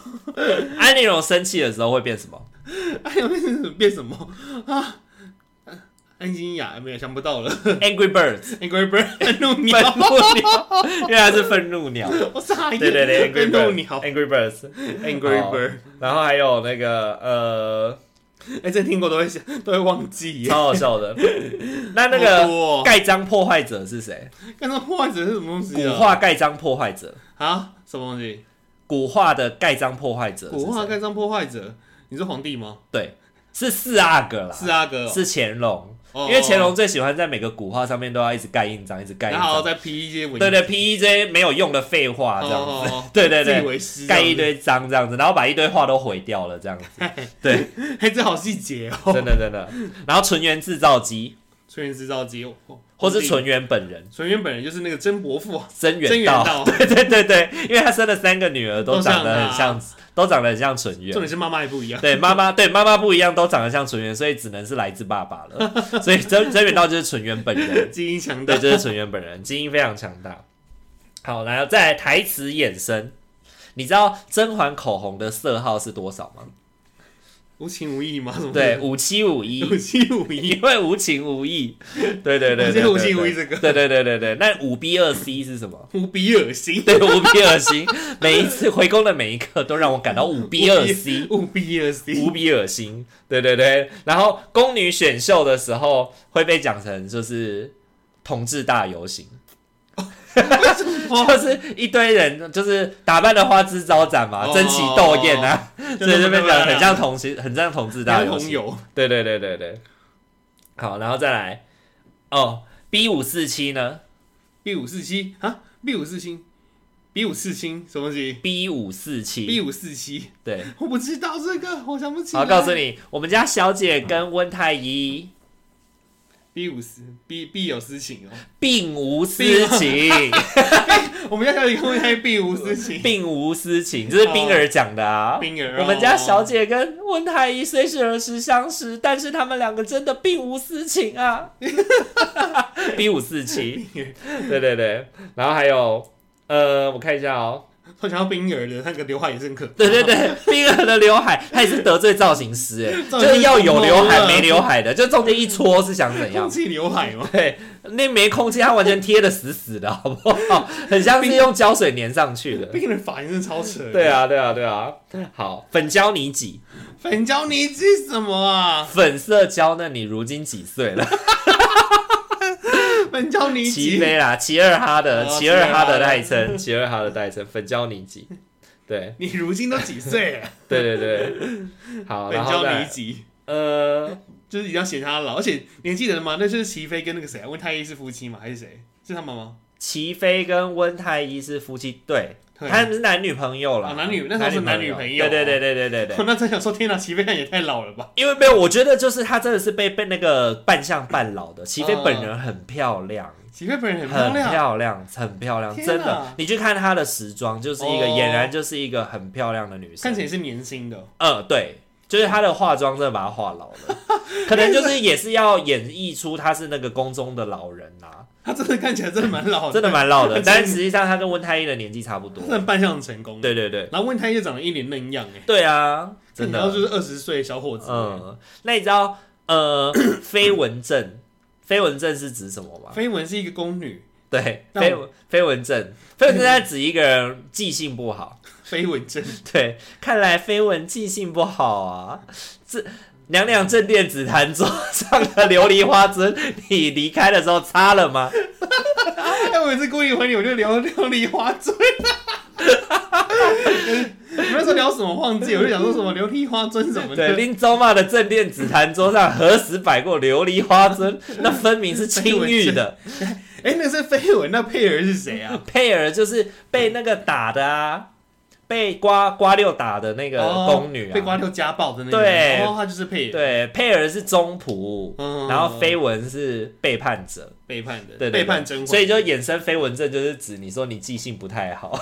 Speaker 1: 安陵容生气的时候会变什么？
Speaker 2: 哎呀，变成变什么啊？安心雅没有想不到了
Speaker 1: Angry Birds，
Speaker 2: ，Angry Bird 愤怒
Speaker 1: 愤
Speaker 2: 鸟，
Speaker 1: 怒鸟，因为它是愤怒 鸟。
Speaker 2: 我傻眼，
Speaker 1: 对对对
Speaker 2: 哎愤
Speaker 1: ，Angry 哦
Speaker 2: 怒鸟
Speaker 1: Birds，Angry Birds，
Speaker 2: ，Angry
Speaker 1: 好
Speaker 2: Bird，
Speaker 1: 然后还有那个呃，
Speaker 2: 哎，这听过都会想都会忘记耶。
Speaker 1: 超好笑的。 那那
Speaker 2: 好
Speaker 1: 个
Speaker 2: 多哦
Speaker 1: 盖章破坏者是谁？
Speaker 2: 刚刚破坏者是什么东西
Speaker 1: 古
Speaker 2: 啊？
Speaker 1: 画盖章破坏者，
Speaker 2: 啊，什么东西？
Speaker 1: 古画的盖章破坏者是谁，
Speaker 2: 古画盖章破坏者，你是皇帝吗？
Speaker 1: 对，是四阿哥啦，
Speaker 2: 是阿哥哦，
Speaker 1: 是乾隆，
Speaker 2: 哦
Speaker 1: 因为乾隆，最喜欢在每个古画上面都要一直盖印章，一直盖印
Speaker 2: 然后
Speaker 1: 章。
Speaker 2: 再批一些文，
Speaker 1: 对对，P E J 没有用的废话这样子，
Speaker 2: 哦，
Speaker 1: 对对
Speaker 2: 自
Speaker 1: 对
Speaker 2: 以为是，
Speaker 1: 盖一，堆章这样子，然后把一堆画都毁掉了这 样子。对，
Speaker 2: 哎，这好细节哦。
Speaker 1: 真的真的。然后纯元制造机，
Speaker 2: 纯元制造机，哦
Speaker 1: 或是
Speaker 2: 皇
Speaker 1: 纯元本人
Speaker 2: 帝纯元本人就是那个曾伯父啊，
Speaker 1: 真元
Speaker 2: 曾元
Speaker 1: 道，
Speaker 2: 道，
Speaker 1: 对对对对，因为他生了三个女儿，都长得很像，都长得很像纯
Speaker 2: 重
Speaker 1: 元。
Speaker 2: 点是妈妈也不一样。
Speaker 1: 对妈妈， 对妈妈不一样，都长得像纯元，所以只能是来自爸爸 了。所以真真元道就是纯元本人，
Speaker 2: 基因强大
Speaker 1: 对，，就是纯元本人，基因非常强大。好，然后再来台词衍生。你知道甄嬛口红的色号是多少吗？
Speaker 2: 无情无义吗？什么
Speaker 1: 对，，五七 五一，
Speaker 2: 无情无义，
Speaker 1: 因为无情无义。对对对对
Speaker 2: 我觉
Speaker 1: 对 对，
Speaker 2: 得无情无义这个
Speaker 1: 对对对对对，那五 B 二 C 是什么？
Speaker 2: 无比恶心，
Speaker 1: 对，五 B 二 C，每一次回宫的每一刻都让我感到五 B 二 C，
Speaker 2: 无比恶心
Speaker 1: 无，比恶心。对对对，然后宫女选秀的时候会被讲成就是同志大游行，
Speaker 2: 为什么？
Speaker 1: 就是一堆人就是打扮的花枝招展嘛，
Speaker 2: 哦
Speaker 1: 争奇斗艳啊， 所以就被讲很像同性，很像同志大
Speaker 2: 男
Speaker 1: 游
Speaker 2: 朋
Speaker 1: 行。
Speaker 2: 友，
Speaker 1: 对对对对对，好，然后再来哦，B 五四七呢
Speaker 2: B 五四七啊，B 五四七，B 五四七什么东西
Speaker 1: ？B 五四
Speaker 2: ？B
Speaker 1: 七，
Speaker 2: 五四七，
Speaker 1: 对。
Speaker 2: 我不知道这个，我想不起来。
Speaker 1: 好，告诉你，我们家小姐跟温太医
Speaker 2: B 五四 B B 有私情哦，
Speaker 1: 并无私情，
Speaker 2: 我们家小姐跟我讲 B 五四七，
Speaker 1: 并无私情，这是冰儿讲的啊。
Speaker 2: 冰儿哦，
Speaker 1: 我们家小姐跟温太医虽是儿时相识，但是他们两个真的并无私情 啊。B 五四七，对对对，然后还有呃，我看一下哦，
Speaker 2: 我想到冰儿的那个刘海也是很可
Speaker 1: 对对对，冰儿的刘海，他也是得罪造型师哎，
Speaker 2: 造
Speaker 1: 就
Speaker 2: 型师
Speaker 1: 是要有刘
Speaker 2: 疯
Speaker 1: 海
Speaker 2: 了
Speaker 1: 没刘海的，就中间一撮是想怎样
Speaker 2: 空？气刘海哦吗？
Speaker 1: 对，那没空气，它完全贴的死死的，好不好？很像是用胶水粘上去 的。
Speaker 2: 冰儿发型真的超扯的。
Speaker 1: 对啊，对啊，对啊。好，粉胶你几？
Speaker 2: 粉胶泥是什么啊？
Speaker 1: 粉色胶，那你如今几岁 了？
Speaker 2: 粉胶泥
Speaker 1: 齐
Speaker 2: 几？
Speaker 1: 飞啦，齐二哈的，
Speaker 2: 哦
Speaker 1: 齐二哈
Speaker 2: 齐二哈
Speaker 1: 的代称，齐二哈的代称，粉胶你几？对，
Speaker 2: 你如今都几岁了？
Speaker 1: 对对对。 好，
Speaker 2: 粉
Speaker 1: 然后
Speaker 2: 胶泥
Speaker 1: 再
Speaker 2: 几？
Speaker 1: 呃，
Speaker 2: 就是一定要嫌他老，而且你还记得吗？那就是齐飞跟那个谁啊，温太医是夫妻吗？还是谁？是他们吗？
Speaker 1: 齐飞跟温太医是夫妻，对，
Speaker 2: 对
Speaker 1: 他们是男女朋友啦，
Speaker 2: 啊男女那时候是男女朋友
Speaker 1: 对对对对对对
Speaker 2: 我
Speaker 1: 对，
Speaker 2: 那真想说，天哪，齐飞也太老了吧？
Speaker 1: 因为被我觉得就是他真的是被被那个扮相扮老的，齐飞本人很漂亮。
Speaker 2: 齐飞本人很漂
Speaker 1: 很
Speaker 2: 亮，
Speaker 1: 漂亮，很漂亮，
Speaker 2: 天
Speaker 1: 真
Speaker 2: 哪
Speaker 1: 的。你去看她的时装，就是一个
Speaker 2: 哦
Speaker 1: 俨然就是一个很漂亮的女生
Speaker 2: 看起。来是年轻的。哦
Speaker 1: 呃，对，就是她的化妆真的把她化老了， 可能就是也是要演绎出她是那个宫中的老人啦、
Speaker 2: 他真的看起来真的蛮老 的，
Speaker 1: 真的蛮老的
Speaker 2: 很。
Speaker 1: 但
Speaker 2: 真
Speaker 1: 实际上她跟温太医的年纪差不多
Speaker 2: 哦真。的扮相很成功。，
Speaker 1: 对对对，
Speaker 2: 然后问他就长得一脸嫩样哎，
Speaker 1: 对啊，真
Speaker 2: 然后就
Speaker 1: 的。
Speaker 2: 是二十岁小伙子，嗯，
Speaker 1: 嗯，那你知道呃 飞蚊症？飞蚊症是指什么吗？
Speaker 2: 绯闻是一个宫 女，
Speaker 1: 对，
Speaker 2: 但
Speaker 1: 飞
Speaker 2: 我
Speaker 1: 蚊飞蚊症，飞蚊症在指一个人记性不好。
Speaker 2: 绯闻症，
Speaker 1: 对，看来绯闻记性不好啊。这娘娘镇店紫檀桌上的琉璃花樽，你离开的时候擦了吗？
Speaker 2: 哎，我每次故意回你，我就聊 聊梨花醉。你们那时候聊什么 忘记？我就想说什么琉璃花樽什么
Speaker 1: 对，
Speaker 2: 的，
Speaker 1: 令周骂的镇店紫檀桌上何时摆过琉璃花 樽？那分明是青玉的，
Speaker 2: 哎、那是绯闻，那佩儿是谁啊？
Speaker 1: 佩尔就是被那个打的啊，被瓜瓜六打的 那个宫女啊。
Speaker 2: 哦被瓜六家暴的那个，
Speaker 1: 对
Speaker 2: 然后他就是佩儿，
Speaker 1: 对，佩尔是中仆，
Speaker 2: 嗯
Speaker 1: 然后绯闻是背叛者，
Speaker 2: 背叛的，
Speaker 1: 对对对
Speaker 2: 背叛甄嬛，
Speaker 1: 所以就衍生飞蚊症，就是指你说你记性不太好，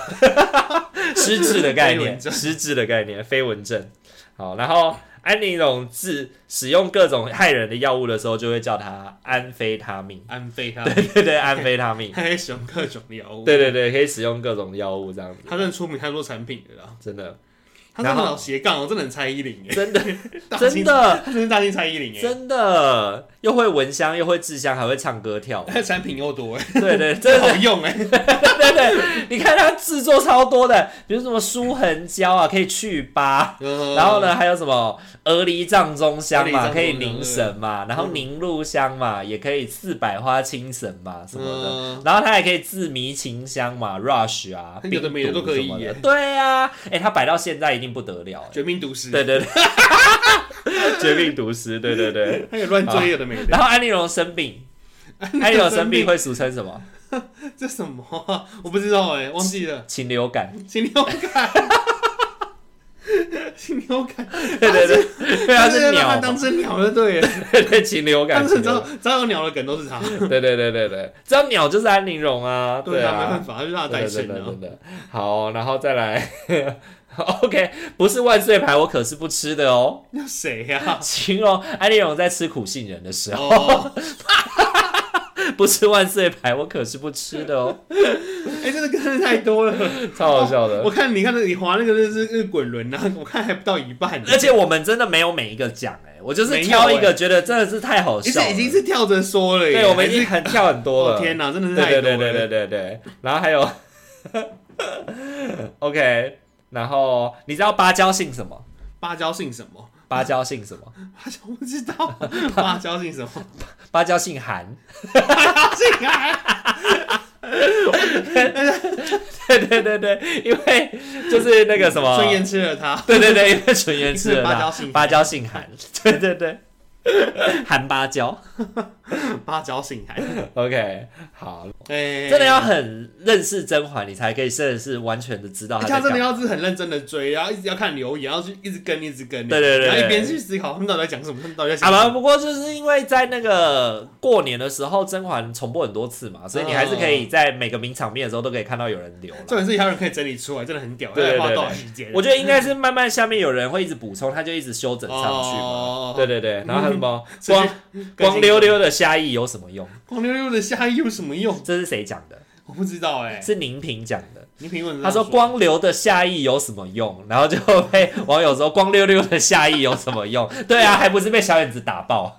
Speaker 1: 失智的概
Speaker 2: 飞蚊
Speaker 1: 念，
Speaker 2: 症
Speaker 1: 失智的概念，飞蚊症。好，然后安妮龙治使用各种害人的药物的时候，就会叫它安非他命。
Speaker 2: 安非他，
Speaker 1: 对对对，安非他命。
Speaker 2: 他还使用各种药物，
Speaker 1: 对对对，可以使用各种药物这样子，
Speaker 2: 他真的出名太多产品了啦。
Speaker 1: 真的，
Speaker 2: 他真
Speaker 1: 然
Speaker 2: 的
Speaker 1: 后
Speaker 2: 老斜杠，我真的很蔡依林哎，
Speaker 1: 真 的，
Speaker 2: 大金
Speaker 1: 真，的，
Speaker 2: 他真是大金蔡依林哎，
Speaker 1: 真的，又会闻香，又会制香，还会唱歌跳舞。
Speaker 2: 他的产品又多哎，
Speaker 1: 对对，真
Speaker 2: 真
Speaker 1: 的
Speaker 2: 好用哎，
Speaker 1: 对对，你看它制作超多的，比如什么舒痕胶啊，可以去疤。 然
Speaker 2: 然
Speaker 1: 后？呢，还有什么鹅梨藏中香
Speaker 2: 鹅梨
Speaker 1: 嘛，
Speaker 2: 藏中香
Speaker 1: 可以凝神嘛，然后凝露香嘛，也可以四百花清神嘛什么的，
Speaker 2: 嗯，
Speaker 1: 然后它还可以自迷情香嘛，rush 啊，
Speaker 2: 有的没的
Speaker 1: 冰毒
Speaker 2: 都可以
Speaker 1: 什么的
Speaker 2: 耶
Speaker 1: 对啊，哎，它摆到现在一定不得了。哎
Speaker 2: 绝命毒师，
Speaker 1: 对对对， 绝命毒师，对对对。
Speaker 2: 还有乱追有的没的，
Speaker 1: 然后安利荣生病，安利荣生病会俗称什么？
Speaker 2: 这什么啊？我不知道哎，忘记了。
Speaker 1: 禽流感。
Speaker 2: 禽流 感，禽流感，
Speaker 1: 对对对，对啊，是
Speaker 2: 让
Speaker 1: 鸟
Speaker 2: 它
Speaker 1: 嘛。
Speaker 2: 当成鸟了，对耶，
Speaker 1: 对对，禽流感
Speaker 2: 当，时
Speaker 1: 禽
Speaker 2: 只
Speaker 1: 流
Speaker 2: 要
Speaker 1: 感
Speaker 2: 只要有鸟的梗都是他，
Speaker 1: 对啊对对对对，只要鸟就是安陵容啊，
Speaker 2: 对啊，没办
Speaker 1: 啊，
Speaker 2: 法，他就让他
Speaker 1: 真
Speaker 2: 带
Speaker 1: 的
Speaker 2: 生
Speaker 1: 真的
Speaker 2: 了
Speaker 1: 真。的，好，然后再来 ，OK，不是万岁牌，我可是不吃的哦。
Speaker 2: 那谁呀？
Speaker 1: 形容安陵容在吃苦杏仁的时候，
Speaker 2: 哦，
Speaker 1: 不是万岁牌，我可是不吃的哦，
Speaker 2: 哎，真的看的太多了，哦
Speaker 1: 超好笑的
Speaker 2: 我。看你看那你滑那个那是那个滚轮啊，我看还不到一半呢，
Speaker 1: 而且我们真的没有每一个讲哎，我就是
Speaker 2: 没有
Speaker 1: 挑一
Speaker 2: 哎
Speaker 1: 个觉得真的是太好
Speaker 2: 已
Speaker 1: 笑了
Speaker 2: 经已，经是跳着说了耶，
Speaker 1: 对我们已
Speaker 2: 还
Speaker 1: 经
Speaker 2: 是
Speaker 1: 很跳很多
Speaker 2: 哦
Speaker 1: 了。
Speaker 2: 天哪，真的是太
Speaker 1: 对对
Speaker 2: 多了，
Speaker 1: 对对对对对，然后还有 ，OK，然后你知道芭蕉姓什么？
Speaker 2: 芭蕉姓什么？
Speaker 1: 芭蕉姓什么？
Speaker 2: 芭蕉不知道，芭蕉姓什么？
Speaker 1: 芭蕉姓韩。
Speaker 2: 姓啊，
Speaker 1: 对对对对，因为就是那个什 么，
Speaker 2: 孙燕吃了他，
Speaker 1: 对对对，因为纯元吃了
Speaker 2: 芭蕉
Speaker 1: 辣
Speaker 2: 姓韩
Speaker 1: 芭蕉姓韩。 对对对，韩芭蕉。
Speaker 2: 芭蕉姓 还，
Speaker 1: OK，好，
Speaker 2: 哎，
Speaker 1: 真的要很认识甄嬛，你才可以真的是完全的知道哎
Speaker 2: 而
Speaker 1: 她
Speaker 2: 且哎他
Speaker 1: 在
Speaker 2: 真的
Speaker 1: 干嘛。
Speaker 2: 要是很认真的追，然后一直要看留言，然后就一直跟，一直跟，
Speaker 1: 对对对对
Speaker 2: 然后一边去思考他们到底在讲什么，他们到底在
Speaker 1: 好
Speaker 2: 想什
Speaker 1: 了，啊
Speaker 2: 么。
Speaker 1: 不过就是因为在那个过年的时候，甄嬛重播很多次嘛，所以你还是可以在每个名场面的时候都可以看到有人留
Speaker 2: 重
Speaker 1: 了。
Speaker 2: 点是还有人可以整理出来，真的很屌，
Speaker 1: 对对
Speaker 2: 要
Speaker 1: 对
Speaker 2: 花多少时间？啊
Speaker 1: 我觉得应该是慢慢下面有人会一直补充，他就一直修整上去
Speaker 2: 哦
Speaker 1: 嘛。对对对，然后还有什 么
Speaker 2: 直接
Speaker 1: 光
Speaker 2: 更
Speaker 1: 光
Speaker 2: 新
Speaker 1: 溜溜的虾意有什么用？
Speaker 2: 光溜溜的下一有什么用？
Speaker 1: 这是谁讲的？
Speaker 2: 我不知道哎、
Speaker 1: 是宁平讲的。
Speaker 2: 你评论
Speaker 1: 他说光溜的下意有什么用？然后就被网友说光溜溜的下意有什么 用？对啊，还不是被小眼子打爆。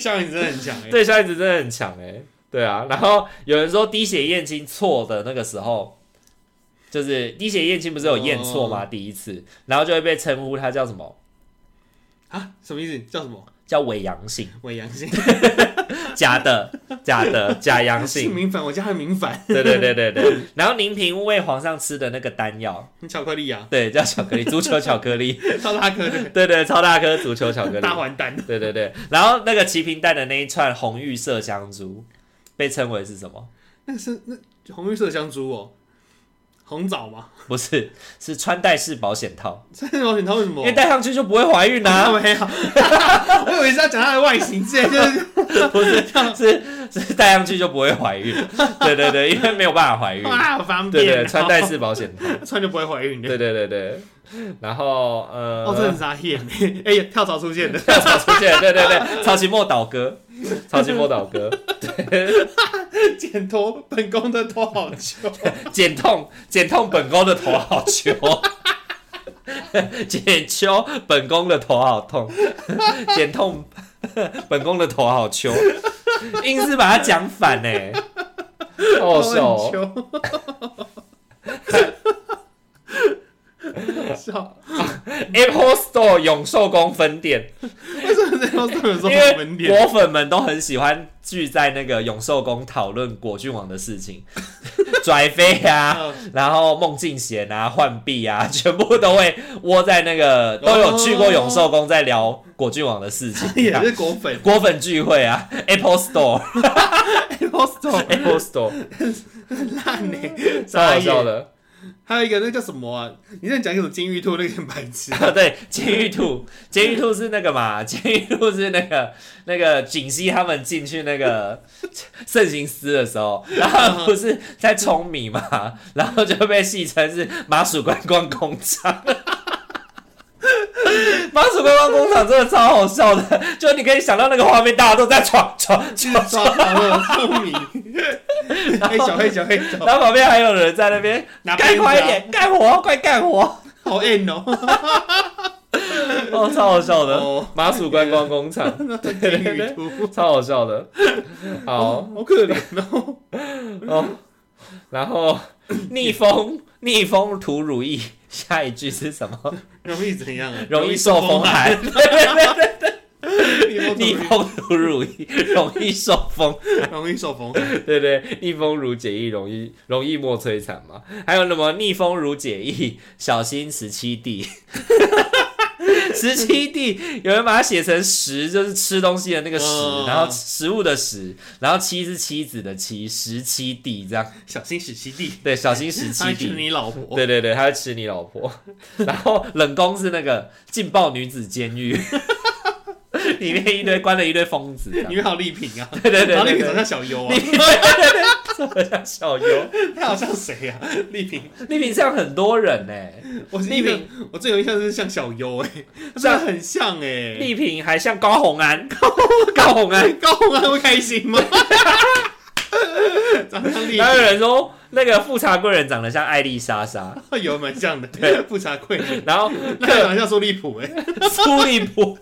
Speaker 2: 小影真的很强 哎、
Speaker 1: 对，小燕子真的很强哎、对啊，然后有人说滴血验亲错的那个时候，就是滴血验亲不是有验错吗？第一次，然后就会被称呼他叫什么？
Speaker 2: 啊，什么意思？叫什么？
Speaker 1: 叫伪阳性，
Speaker 2: 伪阳性，
Speaker 1: 假的，假的，假阳
Speaker 2: 姓
Speaker 1: 性。
Speaker 2: 名反，我家还有名反，
Speaker 1: 对对对对对。然后宁嫔喂皇上吃的那个丹药，
Speaker 2: 巧克 力啊，
Speaker 1: 对，叫巧克力，足球巧克力。
Speaker 2: 超大颗的
Speaker 1: 对对，超大颗足球巧克力
Speaker 2: 大。完蛋，
Speaker 1: 对对对。然后那个齐平蛋的那一串红玉麝香珠，被称为是什么？
Speaker 2: 那是那红绿色的香猪哦，红枣嘛，
Speaker 1: 不是，是穿戴式保险套，
Speaker 2: 三角形它为什么
Speaker 1: 因为？戴上去就不会怀孕
Speaker 2: 哪
Speaker 1: 啊，
Speaker 2: 没有？ 我以为是要讲它的外形，之类，就是
Speaker 1: 不是， 是是戴上去就不会怀孕， 对对对，因为没有办法怀孕，
Speaker 2: 哇，好方
Speaker 1: 嗯对
Speaker 2: 便哦。
Speaker 1: 对，穿戴式保险套，
Speaker 2: 穿就不会怀孕的。
Speaker 1: 对对对对，然后
Speaker 2: 哦，这 很
Speaker 1: 呃，
Speaker 2: 傻眼欸哎，跳槽出 现的，
Speaker 1: 跳槽出现，对对对，超级莫倒戈，超级莫倒戈，
Speaker 2: 剪头本宫的头好久。
Speaker 1: 减痛减痛本宫的头好球。 减秋本宫的头好痛，减痛 本宫的头好秋，硬是把它讲反呢、欸，好好笑哦、
Speaker 2: 球，笑，
Speaker 1: Apple Store 永寿宫分店，
Speaker 2: 为什么在高中有这
Speaker 1: 因
Speaker 2: 种文
Speaker 1: 为
Speaker 2: 点？。
Speaker 1: 果粉们都很喜欢聚在那个永寿宫讨论果郡王的事情， 拽飞啊，然后孟敬贤啊、浣碧啊， 全部都会窝在那个都有去过永寿宫，在聊果郡王的事情啊
Speaker 2: 也是果粉
Speaker 1: 果粉聚会啊，Apple Store，Apple
Speaker 2: ，Apple
Speaker 1: Store，
Speaker 2: 烂呢，
Speaker 1: 超好
Speaker 2: 傻
Speaker 1: 笑
Speaker 2: 眼。
Speaker 1: 的。
Speaker 2: 还有一个那叫什么啊？你在讲一种金鱼兔那个很白痴，
Speaker 1: 对，监狱兔，监狱兔是那个嘛？监狱兔是那个那个锦溪他们进去那个慎刑司的时候，然后他
Speaker 2: 嗯
Speaker 1: 们不是在冲米嘛，然后就被戏称是麻薯观光工厂。麻薯观光工厂真的超好笑的，就你可以想到那个画面，大家都在闯闯
Speaker 2: 去
Speaker 1: 闯
Speaker 2: 抓到了聪明。哎，小黑，小黑，小黑
Speaker 1: 然后旁边还有人在那边
Speaker 2: 拿鞭
Speaker 1: 干
Speaker 2: 子啊
Speaker 1: 快一点，干活，快干活！
Speaker 2: 好 N 哦，
Speaker 1: 哦，超好笑的，
Speaker 2: 哦
Speaker 1: 麻薯观光工厂，
Speaker 2: 金鱼兔，
Speaker 1: 超好笑的。好
Speaker 2: 好可怜哦。
Speaker 1: 哦，然 后逆风逆风吐乳液，下一句是什 么？
Speaker 2: 容易怎样啊？
Speaker 1: 容易受风
Speaker 2: 寒。
Speaker 1: 寒。对 对对对，
Speaker 2: 逆
Speaker 1: 逆风吐乳液 容易受风，
Speaker 2: 容易受风寒，
Speaker 1: 对对，逆风如解意，容易容易莫摧残嘛。还有什么逆风如解意，小心十七弟。 十七弟，有人把它写成十，就是吃东西的那个十，
Speaker 2: 嗯
Speaker 1: 然后食物的食，然后七是妻子的妻，十七弟这样。
Speaker 2: 小心史七弟，
Speaker 1: 对，小心十
Speaker 2: 他
Speaker 1: 七
Speaker 2: 会吃
Speaker 1: 弟。
Speaker 2: 你老婆。
Speaker 1: 对对对，他会吃你老婆。然后冷宫是那个劲爆女子监狱，里面一堆关了一堆疯子这样。
Speaker 2: 里面还有丽萍啊，
Speaker 1: 对对对
Speaker 2: 然后丽
Speaker 1: 对
Speaker 2: 萍长
Speaker 1: 对
Speaker 2: 得像小优啊
Speaker 1: 丽，萍，对对对，像小优。
Speaker 2: 她好像谁啊？丽萍，
Speaker 1: 丽萍像很多人呢、
Speaker 2: 我是
Speaker 1: 丽
Speaker 2: 丽
Speaker 1: 萍啊
Speaker 2: 萍，我最有印象就是像小优哎，她真的很像哎，
Speaker 1: 丽萍还像高红安，高红安。
Speaker 2: 高红安会开心吗？ 长得像丽
Speaker 1: 然后有
Speaker 2: 萍，
Speaker 1: 人说那个富察贵人长得像艾丽莎莎，
Speaker 2: 有蛮像的，对，富察贵 人，
Speaker 1: 然后
Speaker 2: 那她长得像苏利普哎，
Speaker 1: 苏利普，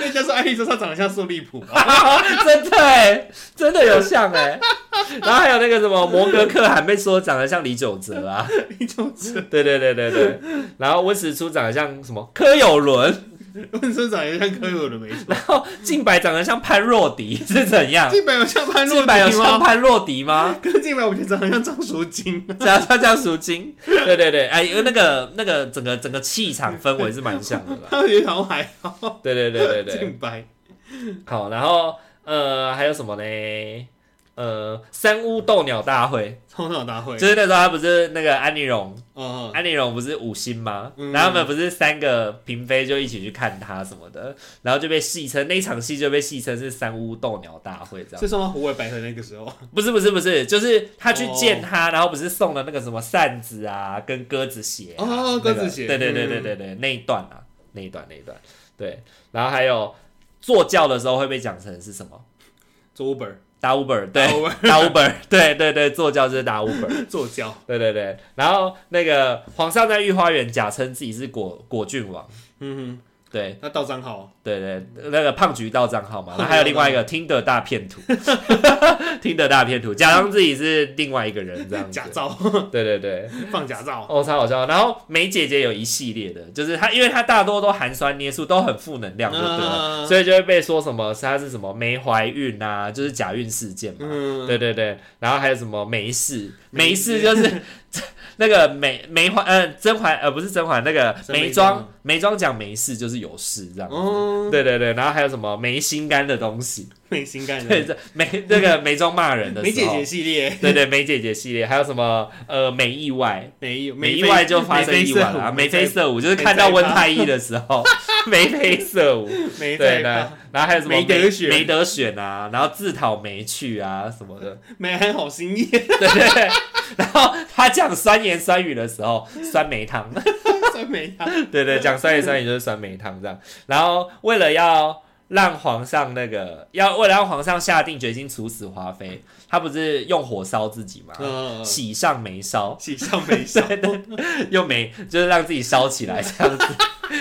Speaker 2: 那叫说哎艾丽莎莎长得像苏利普啊，
Speaker 1: 真的哎、真的有像哎、然后还有那个什么摩格可汗被说长得像李玖哲啊。
Speaker 2: 你就是
Speaker 1: 对对对对 对，然后温实初长得像什么柯有伦，
Speaker 2: 温生长得像柯有的没错，
Speaker 1: 然后静白长得像潘若迪 是怎样？
Speaker 2: 静白有像潘若
Speaker 1: 静白有
Speaker 2: 迪
Speaker 1: 像
Speaker 2: 吗？
Speaker 1: 潘若迪吗？
Speaker 2: 跟静白我觉得长得像张淑晶，
Speaker 1: 只要他叫赎金，对对对，哎，那个那个整个整个气场氛围是蛮像的 啦。
Speaker 2: 她觉得好像还好，
Speaker 1: 对对对对对，
Speaker 2: 静哦白。
Speaker 1: 好，然后呃还有什么呢？呃，三屋斗鸟大会，
Speaker 2: 冲浪大会，
Speaker 1: 就是那时候他不是那个安妮荣
Speaker 2: 哦，
Speaker 1: 安陵容不是五星吗？
Speaker 2: 嗯
Speaker 1: 然后他们不是三个嫔妃就一起去看她什么的，然后就被戏称那一场戏就被戏称是三巫斗鸟大会这样
Speaker 2: 是。送到湖尾百合那个时候，
Speaker 1: 不是不是不是，就是他去见
Speaker 2: 哦
Speaker 1: 她，然后不是送了那个什么扇子啊，跟鸽子血啊、
Speaker 2: 哦
Speaker 1: 那个
Speaker 2: 鸽子血
Speaker 1: 对对对
Speaker 2: 嗯
Speaker 1: 对对对，那一段啊，那一段那一段，对，然后还有坐轿的时候会被讲成是什么？
Speaker 2: 做 Uber
Speaker 1: 打 Uber，对，
Speaker 2: 打 Uber
Speaker 1: 打 Uber，对对对，坐轿就是打 Uber。
Speaker 2: 做教，
Speaker 1: 对对对，然后那个皇上在御花园假称自己是果果郡王，
Speaker 2: 嗯
Speaker 1: 对
Speaker 2: 哼，那道张好，
Speaker 1: 对对，那个胖橘道账号嘛，
Speaker 2: 胖橘道
Speaker 1: 然后还有另外一个听的大骗图， 听的大骗图，假装自己是另外一个人这样子
Speaker 2: 假，照
Speaker 1: 对对对，
Speaker 2: 放假照，
Speaker 1: 哦，超好笑。然后梅姐姐有一系列的，就是她，因为她大多都寒酸捏塑，都很负能量，对不对了？
Speaker 2: 嗯
Speaker 1: 所以就会被说什么她是什么没怀孕啊，就是假孕事件嘛。
Speaker 2: 嗯，
Speaker 1: 对对对，然后还有什么没事，没事就是 那个美梅环，呃，甄嬛，呃，不是甄嬛，那个
Speaker 2: 沈
Speaker 1: 眉
Speaker 2: 眉庄
Speaker 1: 庄，眉庄讲没事就是有事这样。
Speaker 2: 哦，
Speaker 1: 对对对，然后还有什么没心肝的东西？
Speaker 2: 美心肝
Speaker 1: 对，
Speaker 2: 的，
Speaker 1: 这梅那 个眉庄骂人的时
Speaker 2: 美
Speaker 1: 候，
Speaker 2: 姐姐系列，
Speaker 1: 对对梅姐姐系列，还有什么呃没意外，
Speaker 2: 没有
Speaker 1: 没意外就发生意外了啊，眉飞色舞就是看到温太医的时 候眉飞色舞，
Speaker 2: 没
Speaker 1: 对
Speaker 2: 啊
Speaker 1: 的
Speaker 2: 在怕，，
Speaker 1: 然后还有什么
Speaker 2: 没得选
Speaker 1: 没得选啊，然后自讨没趣啊什么的，
Speaker 2: 没很好心眼，
Speaker 1: 对对对。 然后他讲酸言酸语的时候，酸梅汤，
Speaker 2: 真没他，
Speaker 1: 对对，讲酸言酸语就是酸梅汤这样。然后为了要让皇上那个，要为了让皇上下定决心处死华妃，他不是用火烧自己吗？
Speaker 2: 嗯，
Speaker 1: 喜上眉梢，
Speaker 2: 喜上 眉梢，
Speaker 1: 又没就是让自己烧起来这样子，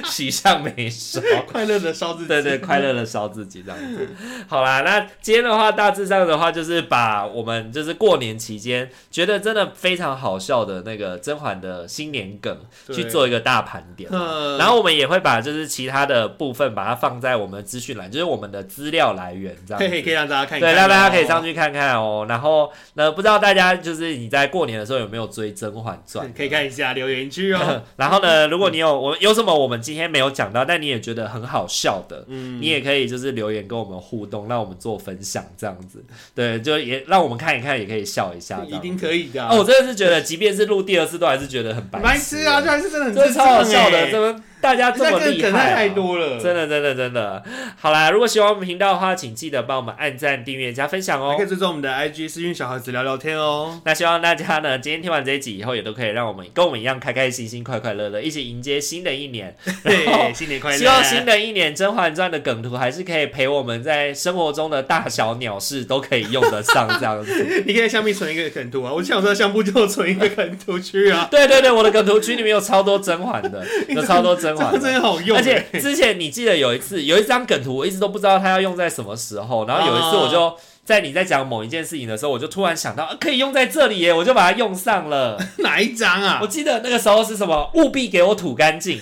Speaker 1: 喜上眉 梢。
Speaker 2: 快乐的烧自己，
Speaker 1: 对对，快乐的烧自己这样子。好啦，那今天的话，大致上的话就是把我们就是过年期间觉得真的非常好笑的那个甄嬛的新年梗
Speaker 2: 对
Speaker 1: 去做一个大盘点。
Speaker 2: 嗯
Speaker 1: 然后我们也会把就是其他的部分把它放在我们的资讯栏，就是我们的资料来源这样
Speaker 2: 嘿嘿，可以
Speaker 1: 子。
Speaker 2: 让大家看一看，
Speaker 1: 对，让大家可以
Speaker 2: 哦
Speaker 1: 上去看看哦。然后，那不知道大家就是你在过年的时候有没有追《甄嬛传》？
Speaker 2: 嗯可以看一下留言区哦。
Speaker 1: 然后呢，如果你有我有什么我们今天没有讲到，但你也觉得很好笑的，
Speaker 2: 嗯，
Speaker 1: 你也可以就是留言跟我们互动，让我们做分享这样子。对，就也让我们看一看，也可以笑一下。
Speaker 2: 一定可以
Speaker 1: 以
Speaker 2: 的啊。
Speaker 1: 哦，我真的是觉的是觉得，即便是录第二次，都还是觉得很白
Speaker 2: 白痴啊，这还是真的很
Speaker 1: 真的超好
Speaker 2: 智障
Speaker 1: 笑的，
Speaker 2: 欸
Speaker 1: 怎么大家这么
Speaker 2: 这个
Speaker 1: 厉害
Speaker 2: 梗
Speaker 1: 啊、
Speaker 2: 太多了，
Speaker 1: 真的真的真的。好啦，如果喜欢我们频道的话，请记得帮我们按赞、订阅、加分享哦
Speaker 2: 还可。以追踪我们的 IG 私讯小孩子聊聊 天哦。
Speaker 1: 那希望大家呢，今天听完这一集以后，也都可以让我们跟我们一样开开心心、快快乐乐，一起迎接新的一年。
Speaker 2: 对，新年快乐！
Speaker 1: 希望新的一年《甄嬛传》的梗图还是可以陪我们在生活中的大小鸟事都可以用得上，这样子。
Speaker 2: 你可以在下面存一个梗图啊，我想说相簿就存一个梗图区啊，
Speaker 1: 对对对，我的梗图区里面有超多甄嬛的，有超多甄
Speaker 2: 这
Speaker 1: 嬛
Speaker 2: 样
Speaker 1: 的。
Speaker 2: 真的好用
Speaker 1: 而
Speaker 2: 欸，
Speaker 1: 且之前你记得有一次有一张梗图，我一直都不知道它要用在什么时候。然后有一次
Speaker 2: 哦
Speaker 1: 我就在你在讲某一件事情的时候，我就突然想到、啊可以用在这里耶，我就把它用上了。
Speaker 2: 哪一张啊
Speaker 1: 我？记得那个时候是什么？务必给我吐干 净。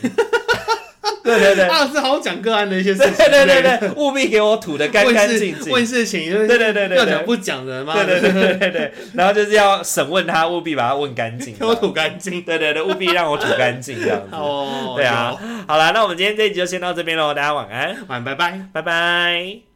Speaker 1: 对对对
Speaker 2: 啊，是好讲个案的一些事情，
Speaker 1: 对对对对，务必给我吐的干干净净。
Speaker 2: 问事情，
Speaker 1: 对对对对
Speaker 2: 要
Speaker 1: 对
Speaker 2: 讲不啊讲的嘛，
Speaker 1: 对对对对对对，然后就是要审问他，务必把他问干净。
Speaker 2: 给我吐干净
Speaker 1: 对对对，务必让我吐干净这样子。啊
Speaker 2: 哦。
Speaker 1: 对啊，好啦，那我们今天这一集就先到这边喽，大家晚安，
Speaker 2: 有，晚安，拜拜。
Speaker 1: 拜拜。